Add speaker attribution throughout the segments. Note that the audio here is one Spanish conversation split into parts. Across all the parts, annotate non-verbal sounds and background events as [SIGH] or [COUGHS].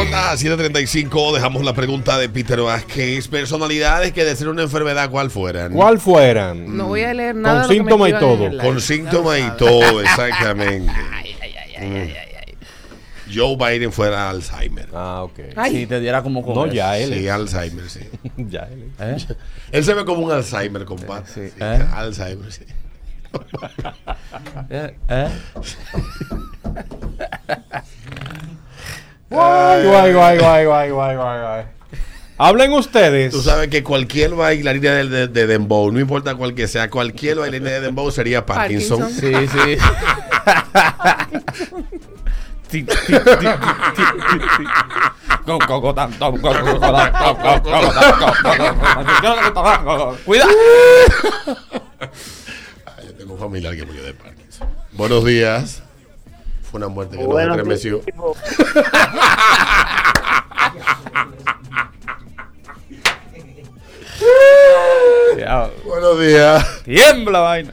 Speaker 1: Ajá, 735, dejamos la pregunta de Peter Vázquez. Personalidades que de ser una enfermedad, ¿cuál fueran?
Speaker 2: ¿Cuál fueran?
Speaker 3: No voy a leer nada.
Speaker 2: Con
Speaker 3: de lo que me
Speaker 2: síntoma y
Speaker 3: escriban en
Speaker 2: todo.
Speaker 3: el live.
Speaker 1: Con síntomas y todo, exactamente.
Speaker 3: [LAUGHS] Ay, ay, ay, ay, ay, ay, ay.
Speaker 1: Joe Biden fuera Alzheimer.
Speaker 2: Ah, ok.
Speaker 3: Ay.
Speaker 4: Si te diera como
Speaker 2: No,
Speaker 4: comer.
Speaker 2: ya él.
Speaker 1: Sí,
Speaker 2: es.
Speaker 1: Alzheimer, sí.
Speaker 2: Ya él. es.
Speaker 4: ¿Eh?
Speaker 1: Él se ve como un Alzheimer, compadre.
Speaker 4: Sí.
Speaker 1: Sí,
Speaker 4: ¿Eh?
Speaker 1: Alzheimer, sí.
Speaker 4: ¿Eh? ¿Eh?
Speaker 2: Guay, guay, guay, guay, guay, guay, guay, guay. Hablen ustedes.
Speaker 1: Tú sabes que cualquier bailarina de, de, de Dembow, no importa cuál que sea, cualquier bailarina de Dembow sería Parkinson.
Speaker 3: Parkinson.
Speaker 4: Sí, [LAUGHS] sí. Ti, ti, ti, ti, ti, ti, ti. Go, go, go, down, down, go, go, go, down, go, go, go, go, down, go, go, go, go. Cuida.
Speaker 1: Ah, Yo tengo un familiar que murió de Parkinson. Buenos días. Fue una muerte que
Speaker 5: Buenos
Speaker 1: nos estremeció.
Speaker 4: Ya,
Speaker 1: Buenos días.
Speaker 4: Tiembla vaina.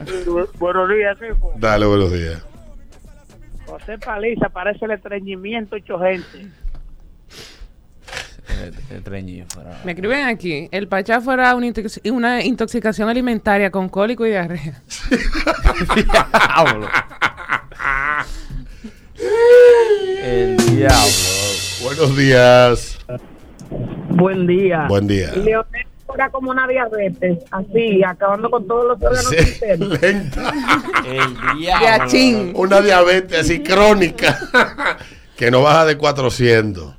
Speaker 5: Buenos días, tipo.
Speaker 1: Dale, buenos días.
Speaker 5: José Paliza parece el estreñimiento hecho gente.
Speaker 4: Eh, eh, Treñido. fuera.
Speaker 3: Me escriben aquí, el pachá fuera una, intox- una intoxicación alimentaria con cólico y diarrea.
Speaker 4: Diablo. El diablo.
Speaker 1: Buenos días.
Speaker 5: Buen día.
Speaker 1: Buen día.
Speaker 5: Leonel cura como una diabetes, así, acabando con todos los órganos internos.
Speaker 1: Excelente.
Speaker 4: El diablo.
Speaker 3: Yachín.
Speaker 1: Una diabetes así crónica [LAUGHS] que no baja de 400.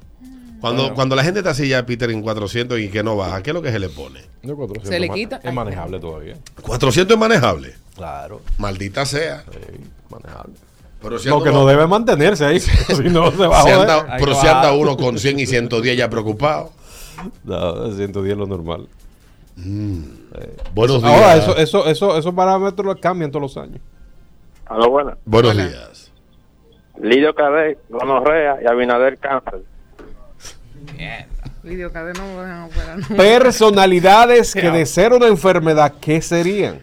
Speaker 1: Cuando, cuando la gente está así ya, Peter, en 400 y que no baja, ¿qué es lo que se le pone?
Speaker 2: Yo cuatro,
Speaker 3: Se le
Speaker 2: ma-
Speaker 3: quita.
Speaker 2: Es manejable todavía.
Speaker 1: 400 es manejable.
Speaker 2: Claro.
Speaker 1: Maldita sea.
Speaker 2: Sí, manejable.
Speaker 1: Pero si
Speaker 2: Lo que
Speaker 1: anda-
Speaker 2: no debe mantenerse ahí. [LAUGHS] si no, se va a
Speaker 1: si
Speaker 2: joder.
Speaker 1: anda-
Speaker 4: Hay
Speaker 1: pero
Speaker 4: que
Speaker 1: si anda
Speaker 4: bajar.
Speaker 1: uno con 100 y 110 ya preocupado.
Speaker 2: No, 110 es lo normal.
Speaker 1: Buenos días.
Speaker 2: Ahora, eso, eso, eso, esos parámetros los cambian todos los años.
Speaker 6: A lo bueno.
Speaker 1: Buenos días.
Speaker 6: Lidio Cadet, gonorrea y Abinader cáncer.
Speaker 3: Videocadena no van a operar, no.
Speaker 2: [LAUGHS] Personalidades que de ser una enfermedad, ¿qué serían?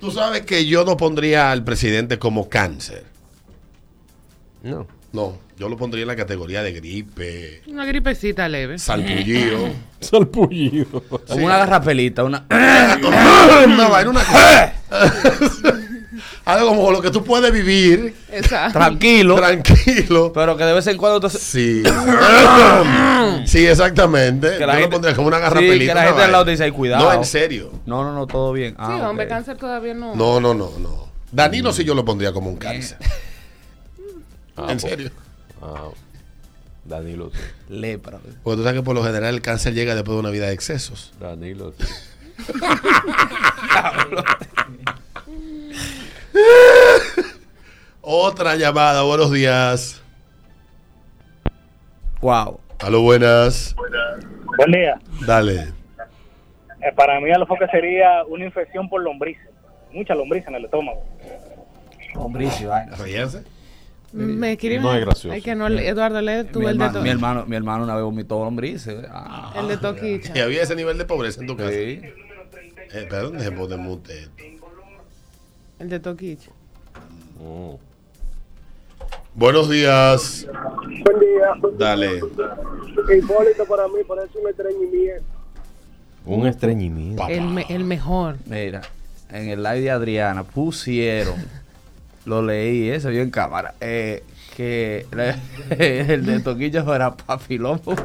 Speaker 1: Tú sabes que yo no pondría al presidente como cáncer.
Speaker 2: No.
Speaker 1: No, yo lo pondría en la categoría de [LAUGHS] gripe,
Speaker 3: Una gripecita leve.
Speaker 1: salpullido.
Speaker 2: Salpullido.
Speaker 4: Como una garrapelita, una. [COUGHS]
Speaker 1: una vaina, una
Speaker 4: eh.
Speaker 1: cosa. [LAUGHS] Algo como lo que tú puedes vivir
Speaker 3: Exacto.
Speaker 4: Tranquilo.
Speaker 1: tranquilo.
Speaker 4: Pero que de vez en cuando tú haces- [COUGHS]
Speaker 1: Sí. sí, exactamente.
Speaker 4: Que
Speaker 1: Yo
Speaker 4: la
Speaker 1: lo
Speaker 4: gente-
Speaker 1: pondría como una garra
Speaker 4: Sí, que la gente al lado te dice, "Ay, cuidado".
Speaker 1: No, en serio.
Speaker 4: No, no, no, todo bien.
Speaker 3: sí,
Speaker 4: Ah,
Speaker 3: hombre,
Speaker 4: ok.
Speaker 3: cáncer todavía no.
Speaker 1: No, no, no, no. Danilo sí yo lo pondría como un
Speaker 4: [LAUGHS]
Speaker 1: cáncer.
Speaker 4: pues.
Speaker 1: en serio.
Speaker 2: Ah, Danilo, sí.
Speaker 4: Lepra.
Speaker 1: Porque tú sabes que por lo general el cáncer llega después de una vida de excesos.
Speaker 2: Danilo, sí.
Speaker 1: Otra llamada, buenos días.
Speaker 4: Wow.
Speaker 1: A lo buenas.
Speaker 5: Buen día.
Speaker 1: Dale.
Speaker 5: Eh, para mí, a lo que sería una infección por lombrices. Mucha lombriz en el estómago.
Speaker 4: Hombricio, vaina.
Speaker 1: ¿Reírse?
Speaker 3: Me escriben.
Speaker 2: No es gracioso.
Speaker 3: Ay, que no, le- Eduardo, lee tú
Speaker 4: Mi
Speaker 3: el de,
Speaker 4: hermano,
Speaker 3: to-
Speaker 4: mi hermano, mi hermano una vez vomitó lombrices. Ah,
Speaker 3: el de Toquicha.
Speaker 1: Y había ese nivel de pobreza en tu casa.
Speaker 4: sí.
Speaker 1: Eh, perdón, se pone mute. esto.
Speaker 3: El de Toquicha.
Speaker 2: Oh.
Speaker 1: Buenos días.
Speaker 5: Buen día.
Speaker 1: Dale.
Speaker 5: Hipólito para mí parece un estreñimiento.
Speaker 2: Un estreñimiento.
Speaker 1: Papá.
Speaker 3: El, me- el mejor.
Speaker 4: Mira, en el live de Adriana pusieron,
Speaker 1: [LAUGHS]
Speaker 4: lo leí, eso vio en cámara, eh, que la- [LAUGHS] el de Toquilla fuera papilombo.
Speaker 1: [LAUGHS]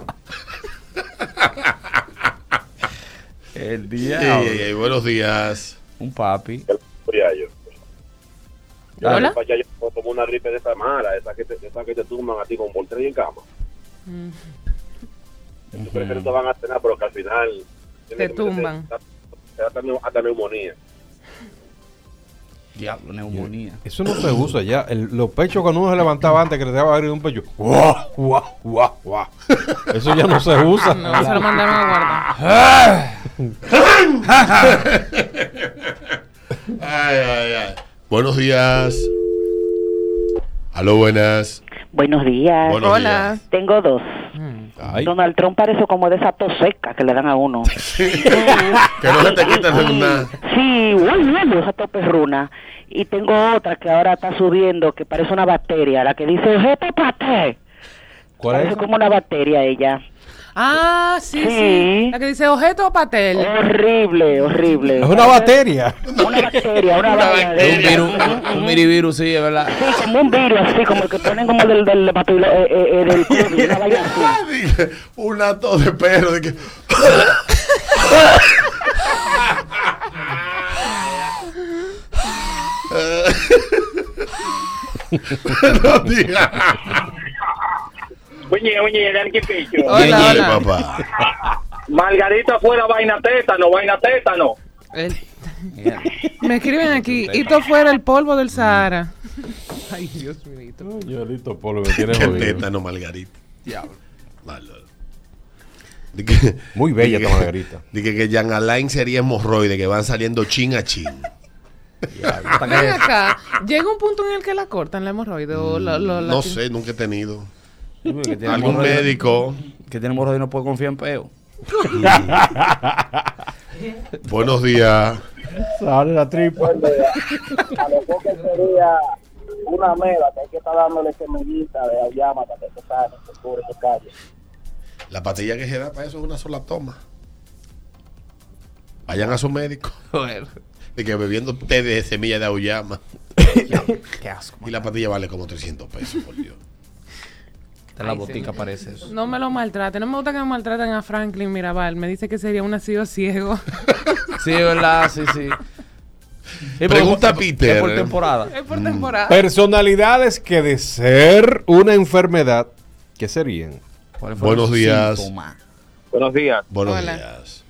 Speaker 4: el
Speaker 1: Ey,
Speaker 4: día
Speaker 1: ey, ey, buenos días.
Speaker 4: un papi.
Speaker 6: yo.
Speaker 4: Dale.
Speaker 3: ¿Hola?
Speaker 6: Para allá yo como una gripe de esa mala, esa que te, esa que te tumban a ti con voltería en cama.
Speaker 3: Mm.
Speaker 6: Tú crees que no te van a cenar, pero que al final...
Speaker 3: Te tumban.
Speaker 6: Te da hasta neu- hasta neumonía.
Speaker 4: Diablo, neumonía.
Speaker 2: Eso no se usa ya. El- los pechos cuando uno se levantaba antes que le daba abrir un pecho. ¡Guau, guau, guau, guau! Eso ya [LAUGHS] no se usa.
Speaker 3: No, se lo mandaron a guardar.
Speaker 1: Ay, ay, ay. Buenos días. Aló, buenas.
Speaker 7: Buenos días.
Speaker 1: Buenos
Speaker 3: Hola.
Speaker 1: días.
Speaker 7: Tengo dos.
Speaker 2: Ay,
Speaker 7: Donald Trump parece como de esa tos seca que le dan a uno.
Speaker 1: Que no se te quita
Speaker 7: Sí,
Speaker 1: nada.
Speaker 7: Sí, uy, uy, esa tos perruna. Y tengo otra que ahora está subiendo, que parece una bacteria, la que dice, jepe pate.
Speaker 2: ¿Cuál
Speaker 7: Parece
Speaker 2: es?
Speaker 7: como una bacteria ella.
Speaker 3: Ah, sí, sí,
Speaker 7: Sí.
Speaker 3: La que dice objeto o pastel.
Speaker 7: Horrible, horrible.
Speaker 2: Es una bacteria.
Speaker 7: Una bacteria, una,
Speaker 1: Una
Speaker 7: vaina de-
Speaker 4: Es un virus, un, un mirivirus, sí, es verdad.
Speaker 7: Sí, como un virus así, como el que ponen como del del hepatilo- eh, eh, eh, del COVID, una vaina así.
Speaker 1: Dije, una tos de perro. [LAUGHS] de que- Buenos días.
Speaker 5: Oye, oye, dale que
Speaker 2: [LAUGHS]
Speaker 5: pecho.
Speaker 3: Hola,
Speaker 4: Bien,
Speaker 1: Ay,
Speaker 4: bien.
Speaker 3: hola.
Speaker 1: papá.
Speaker 5: Margarita fuera vaina tétano, vaina tétano.
Speaker 3: El- Me escriben aquí, Hito fuera el polvo del Sahara. [LAUGHS] Ay, Dios mío. Hito.
Speaker 2: Yo listo polvo que tiene
Speaker 1: Qué
Speaker 2: [LAUGHS] jodido.
Speaker 1: tétano, Margarita.
Speaker 4: Diablo.
Speaker 1: Malo. Di que-
Speaker 2: Muy bella
Speaker 1: di
Speaker 2: esta
Speaker 1: que-
Speaker 2: Margarita.
Speaker 1: di que, que Jan Alain sería hemorroide, que van saliendo chin a chin.
Speaker 4: Hasta
Speaker 1: [LAUGHS]
Speaker 3: Ven
Speaker 4: que-
Speaker 3: acá, llega un punto en el que la cortan la hemorroide o la- la- la-
Speaker 1: No sé, nunca he tenido.
Speaker 4: que tiene
Speaker 1: Algún
Speaker 4: hemorroides-
Speaker 1: médico.
Speaker 4: Que tiene morro y no puede confiar en peo.
Speaker 1: Buenos días.
Speaker 2: Sale la tripa.
Speaker 5: A lo poco sería una mela que hay que estar dándole semillita de auyama para que se sane, se cure, se calle.
Speaker 1: La pastilla que se da para eso es una sola toma. Vayan a su médico.
Speaker 4: Joder.
Speaker 1: Y que bebiendo té de semilla de auyama.
Speaker 4: Qué asco.
Speaker 1: Y la pastilla vale como 300 pesos, por Dios.
Speaker 4: Está en la
Speaker 3: Ay,
Speaker 4: botica,
Speaker 3: señor.
Speaker 4: parece eso.
Speaker 3: No me lo maltraten, no me gusta que me maltraten a Franklin Mirabal. Me dice que sería un nacido ciego. [LAUGHS]
Speaker 4: Sí, es verdad, sí,
Speaker 1: [LAUGHS]
Speaker 4: sí. Y por-
Speaker 1: Pregunta
Speaker 4: es por-
Speaker 1: Peter. eh.
Speaker 4: es por temporada.
Speaker 3: es
Speaker 1: Mm.
Speaker 3: por temporada.
Speaker 2: Personalidades que de ser una enfermedad, ¿qué serían?
Speaker 4: ¿Cuáles fueron
Speaker 1: Buenos
Speaker 4: sus
Speaker 1: días.
Speaker 4: síntomas?
Speaker 6: Buenos días.
Speaker 1: Buenos
Speaker 3: Hola.
Speaker 1: días.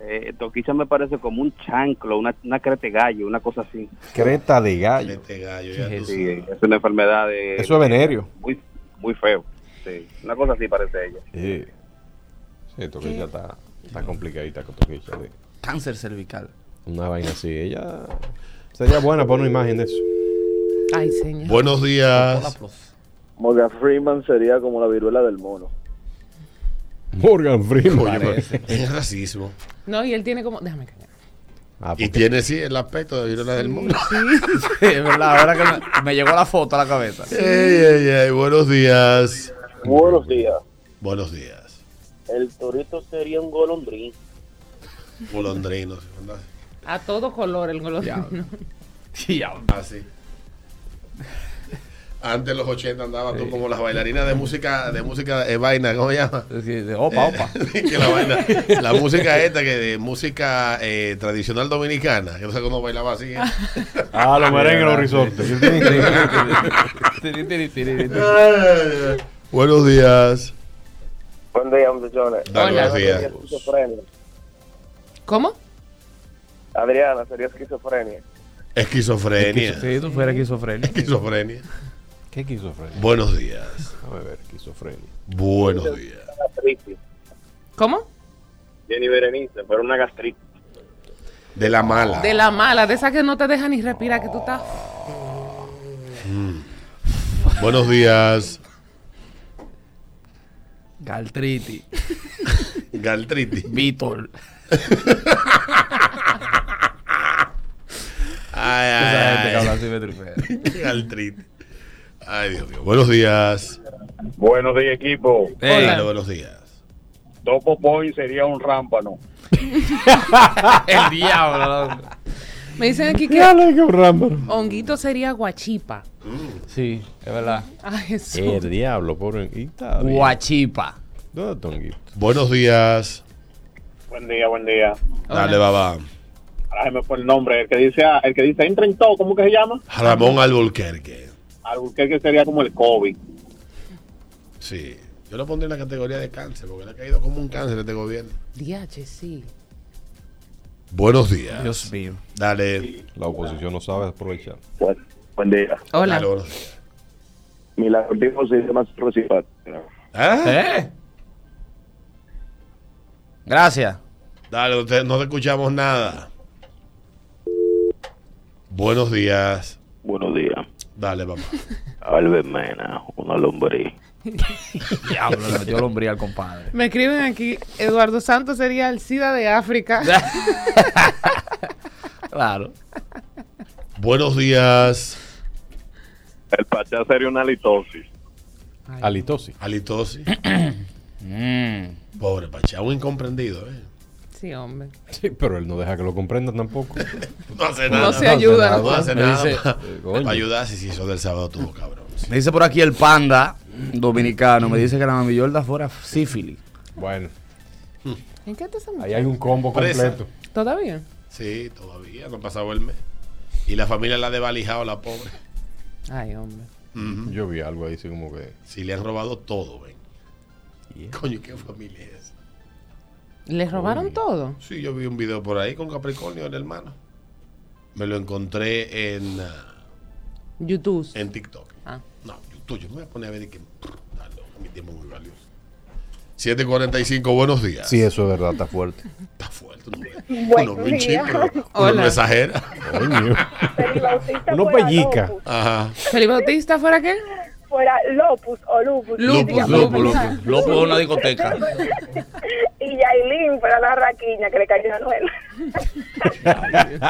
Speaker 6: Eh, Toquicha me parece como un chanclo, una, una crete gallo, una cosa así.
Speaker 2: Creta de gallo.
Speaker 1: Este gallo, ya
Speaker 4: ¿Qué
Speaker 1: tú
Speaker 4: es
Speaker 1: sabes.
Speaker 6: Sí, es una enfermedad de...
Speaker 2: Eso es venerio.
Speaker 6: muy, muy feo. Sí, una cosa así parece ella.
Speaker 2: Sí, sí Toquilla está, está complicadita con Toquilla. sí.
Speaker 4: Cáncer cervical.
Speaker 2: Una vaina así. Ella sería buena para una imagen de eso.
Speaker 3: Ay, señor.
Speaker 1: Buenos
Speaker 4: Hola,
Speaker 1: días.
Speaker 4: plus.
Speaker 8: Morgan Freeman sería como la viruela del mono.
Speaker 2: Morgan Freeman.
Speaker 1: Oye, pero es racismo.
Speaker 3: No, y él tiene como. Déjame callar.
Speaker 2: Ah,
Speaker 1: Y
Speaker 2: porque
Speaker 1: tiene, sí, el aspecto de viruela del mundo.
Speaker 4: Sí, [LAUGHS] es verdad, ahora que me, me llegó la foto a la cabeza.
Speaker 1: Ey, ey, ey, buenos días.
Speaker 8: Buenos días.
Speaker 1: Buenos días.
Speaker 8: El torito sería un golondrín.
Speaker 1: Golondrinos. ¿verdad?
Speaker 3: A todo color el golondrino.
Speaker 4: Diablo.
Speaker 1: Así. Antes de los 80 andaba tú como las bailarinas de música, de música de vaina, ¿cómo se llama? [LAUGHS]
Speaker 4: Es que de- Opa, opa.
Speaker 1: que la, vaina, la música esta que de música eh, tradicional dominicana, que no sé cómo bailaba así.
Speaker 8: [LAUGHS]
Speaker 1: ¿eh?
Speaker 2: Ah, los merengues, los resortes.
Speaker 4: Tiri, tiri, tiri, tiri.
Speaker 1: buenos días.
Speaker 8: Buen día, muchachones.
Speaker 1: Dale,
Speaker 3: Hola.
Speaker 1: buenos días.
Speaker 8: Esquizofrenia.
Speaker 3: ¿Cómo?
Speaker 8: Adriana sería esquizofrenia.
Speaker 1: Esquizofrenia.
Speaker 4: Sí, tú fueras esquizofrénico.
Speaker 1: Esquizofrenia.
Speaker 2: ¿Qué esquizofrenia?
Speaker 1: Buenos días.
Speaker 2: Déjame ver, esquizofrenia.
Speaker 1: Buenos días.
Speaker 6: Gastritis.
Speaker 3: ¿Cómo?
Speaker 6: Jenny Berenice, pero una gastritis.
Speaker 1: De la mala.
Speaker 3: De la mala, de esa que no te deja ni respirar, que tú estás.
Speaker 1: Buenos días. [LAUGHS]
Speaker 4: Galtriti.
Speaker 1: Galtriti.
Speaker 4: Vítor.
Speaker 1: Ay,
Speaker 4: Esa gente
Speaker 1: ay,
Speaker 4: que habla
Speaker 1: ay.
Speaker 4: así me tripea.
Speaker 1: [LAUGHS] Galtriti. Ay, Dios mío. Buenos días.
Speaker 6: Buenos días, equipo.
Speaker 4: Ey,
Speaker 1: Dale, buenos días.
Speaker 6: Topo Point sería un rámpano.
Speaker 4: El diablo. loco.
Speaker 3: Me dicen aquí
Speaker 2: ¿Qué
Speaker 3: que
Speaker 2: habla de que un rámbaro?
Speaker 3: honguito sería guachipa.
Speaker 4: Sí, es verdad.
Speaker 3: Ay, Jesús.
Speaker 1: Eh.
Speaker 2: El diablo, pobre. y está bien.
Speaker 4: Guachipa.
Speaker 2: ¿Dónde está Honguito?
Speaker 1: Buenos días.
Speaker 6: Buen día, buen día.
Speaker 1: Dale, babá.
Speaker 6: Ahora se me fue el nombre. El que dice, ah, el que dice, entra en todo, ¿cómo que se llama?
Speaker 1: Ramón Alburquerque.
Speaker 6: Algo que sería como el COVID.
Speaker 1: Sí. Yo lo pondré en la categoría de cáncer, porque le ha caído como un cáncer a este gobierno.
Speaker 3: Diache, sí.
Speaker 1: Buenos días.
Speaker 4: Dios mío.
Speaker 1: Dale.
Speaker 2: La oposición no sabe aprovechar.
Speaker 6: pues.
Speaker 8: Bueno, buen día.
Speaker 3: Hola.
Speaker 1: Dale, buenos días.
Speaker 8: Milagro sería más rosifat.
Speaker 1: ¿Eh?
Speaker 4: ¿Eh? Gracias.
Speaker 1: Dale, no te, no te escuchamos nada. Buenos días.
Speaker 8: Buenos días.
Speaker 1: Dale, papá.
Speaker 8: Albert Mena, una lombriz.
Speaker 4: Diablo, le metió lombría al compadre. [LAUGHS]
Speaker 3: Me escriben aquí, Eduardo Santos sería el SIDA de África.
Speaker 4: Claro.
Speaker 1: Buenos días.
Speaker 6: El pachá sería una litosis.
Speaker 2: Halitosis.
Speaker 1: Halitosis.
Speaker 9: Mm.
Speaker 1: Pobre Pachá, un incomprendido, ¿eh?
Speaker 3: Sí, hombre.
Speaker 2: Sí, pero él no deja que lo comprendan tampoco.
Speaker 1: No hace
Speaker 3: No
Speaker 1: nada.
Speaker 3: se ayuda.
Speaker 1: No hace
Speaker 2: Me
Speaker 1: nada.
Speaker 2: dice,
Speaker 1: para
Speaker 2: eh, coño.
Speaker 1: ayudar si sí, eso del sábado tuvo cabrón.
Speaker 4: Me dice por aquí el panda dominicano. Me dice que la mamillolda fuera sífilis.
Speaker 2: Bueno,
Speaker 3: ¿En qué te
Speaker 2: ahí hay un combo
Speaker 1: Presa.
Speaker 2: completo.
Speaker 3: ¿Todavía?
Speaker 1: Sí, todavía, no ha pasado el mes. Y la familia la ha desvalijado, la pobre.
Speaker 3: Ay, hombre.
Speaker 1: Ujú.
Speaker 2: Yo vi algo ahí, así como que.
Speaker 1: Sí, le han robado todo, ven. Coño, ¿qué familia es esa?
Speaker 3: ¿Les robaron todo?
Speaker 1: Sí, yo vi un video por ahí con Capricornio, el hermano. Me lo encontré en, ah,
Speaker 3: YouTube.
Speaker 1: en TikTok.
Speaker 3: Ah.
Speaker 1: No, YouTube, yo me voy a poner a ver de qué. Ah, no, Mi tiempo es muy valioso. 745, buenos días.
Speaker 2: Sí, eso es verdad, está fuerte.
Speaker 1: Está fuerte, no me, bueno, me hinché, pero uno
Speaker 3: Hola.
Speaker 1: no exagera.
Speaker 2: Coño.
Speaker 10: Felipe Bautista
Speaker 2: Uno
Speaker 10: fuera
Speaker 2: pellica.
Speaker 10: Lopus,
Speaker 1: Ajá.
Speaker 3: ¿Felipe Bautista fuera qué?
Speaker 10: fuera Lopus o Lupus.
Speaker 3: Lupus,
Speaker 10: Y-
Speaker 3: lupus,
Speaker 9: lupus. Lopus es una
Speaker 4: [LAUGHS]
Speaker 9: discoteca.
Speaker 10: Y Yailin fuera la raquiña que le cayó a Noel.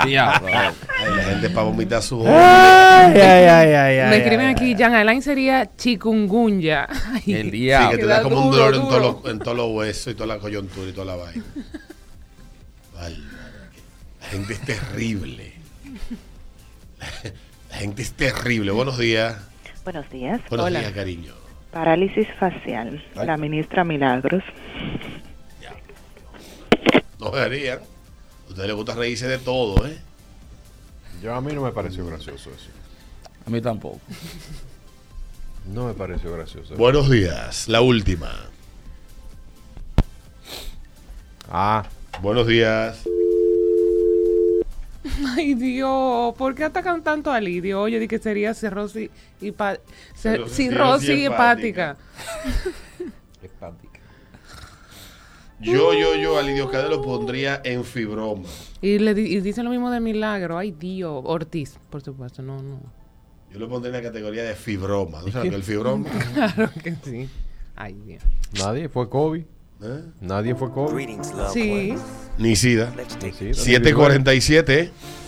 Speaker 9: Diablo.
Speaker 1: La gente para vomitar su
Speaker 3: Ah,
Speaker 4: Ay, ay, ay, ay,
Speaker 3: Me escriben aquí, Jan Alain sería chikungunya. Ay,
Speaker 4: El
Speaker 1: Sí,
Speaker 4: diablo.
Speaker 1: que te
Speaker 3: Queda
Speaker 1: da como un
Speaker 3: duro,
Speaker 1: dolor en
Speaker 3: duro.
Speaker 1: todos los en todos los huesos y toda la coyuntura y toda la vaina. Ay, la gente es terrible. La gente es terrible. Buenos días.
Speaker 10: Buenos días.
Speaker 1: Buenos días, cariño.
Speaker 10: Parálisis facial. La ministra Milagros.
Speaker 1: No deberían. A ustedes les gusta reírse de todo, ¿eh?
Speaker 2: Yo a mí no me pareció gracioso eso.
Speaker 4: A mí tampoco.
Speaker 2: No me pareció gracioso.
Speaker 1: Buenos días. La última.
Speaker 2: Ah,
Speaker 1: Buenos días.
Speaker 3: Ay, Dios, ¿por qué atacan tanto a Lidio? Oye, di que sería cirrosis, hipa- cir-
Speaker 1: Cirrosis
Speaker 3: cirrosis
Speaker 1: hepática.
Speaker 3: hepática.
Speaker 1: Yo, yo, yo al idiocade lo pondría en fibroma.
Speaker 3: Y, le di- y dicen lo mismo de Milagro. Ay, Dios. Ortiz, por supuesto. No, no.
Speaker 1: Yo lo pondría en la categoría de fibroma. ¿Tú sabes qué es el
Speaker 3: [LAUGHS]
Speaker 1: fibroma?
Speaker 3: Claro que sí. Ay, Dios.
Speaker 2: nadie fue Kobe.
Speaker 1: ¿Eh?
Speaker 2: Nadie fue Kobe.
Speaker 3: Sí.
Speaker 1: Ni sida.
Speaker 2: Sí,
Speaker 1: 747. ¿eh?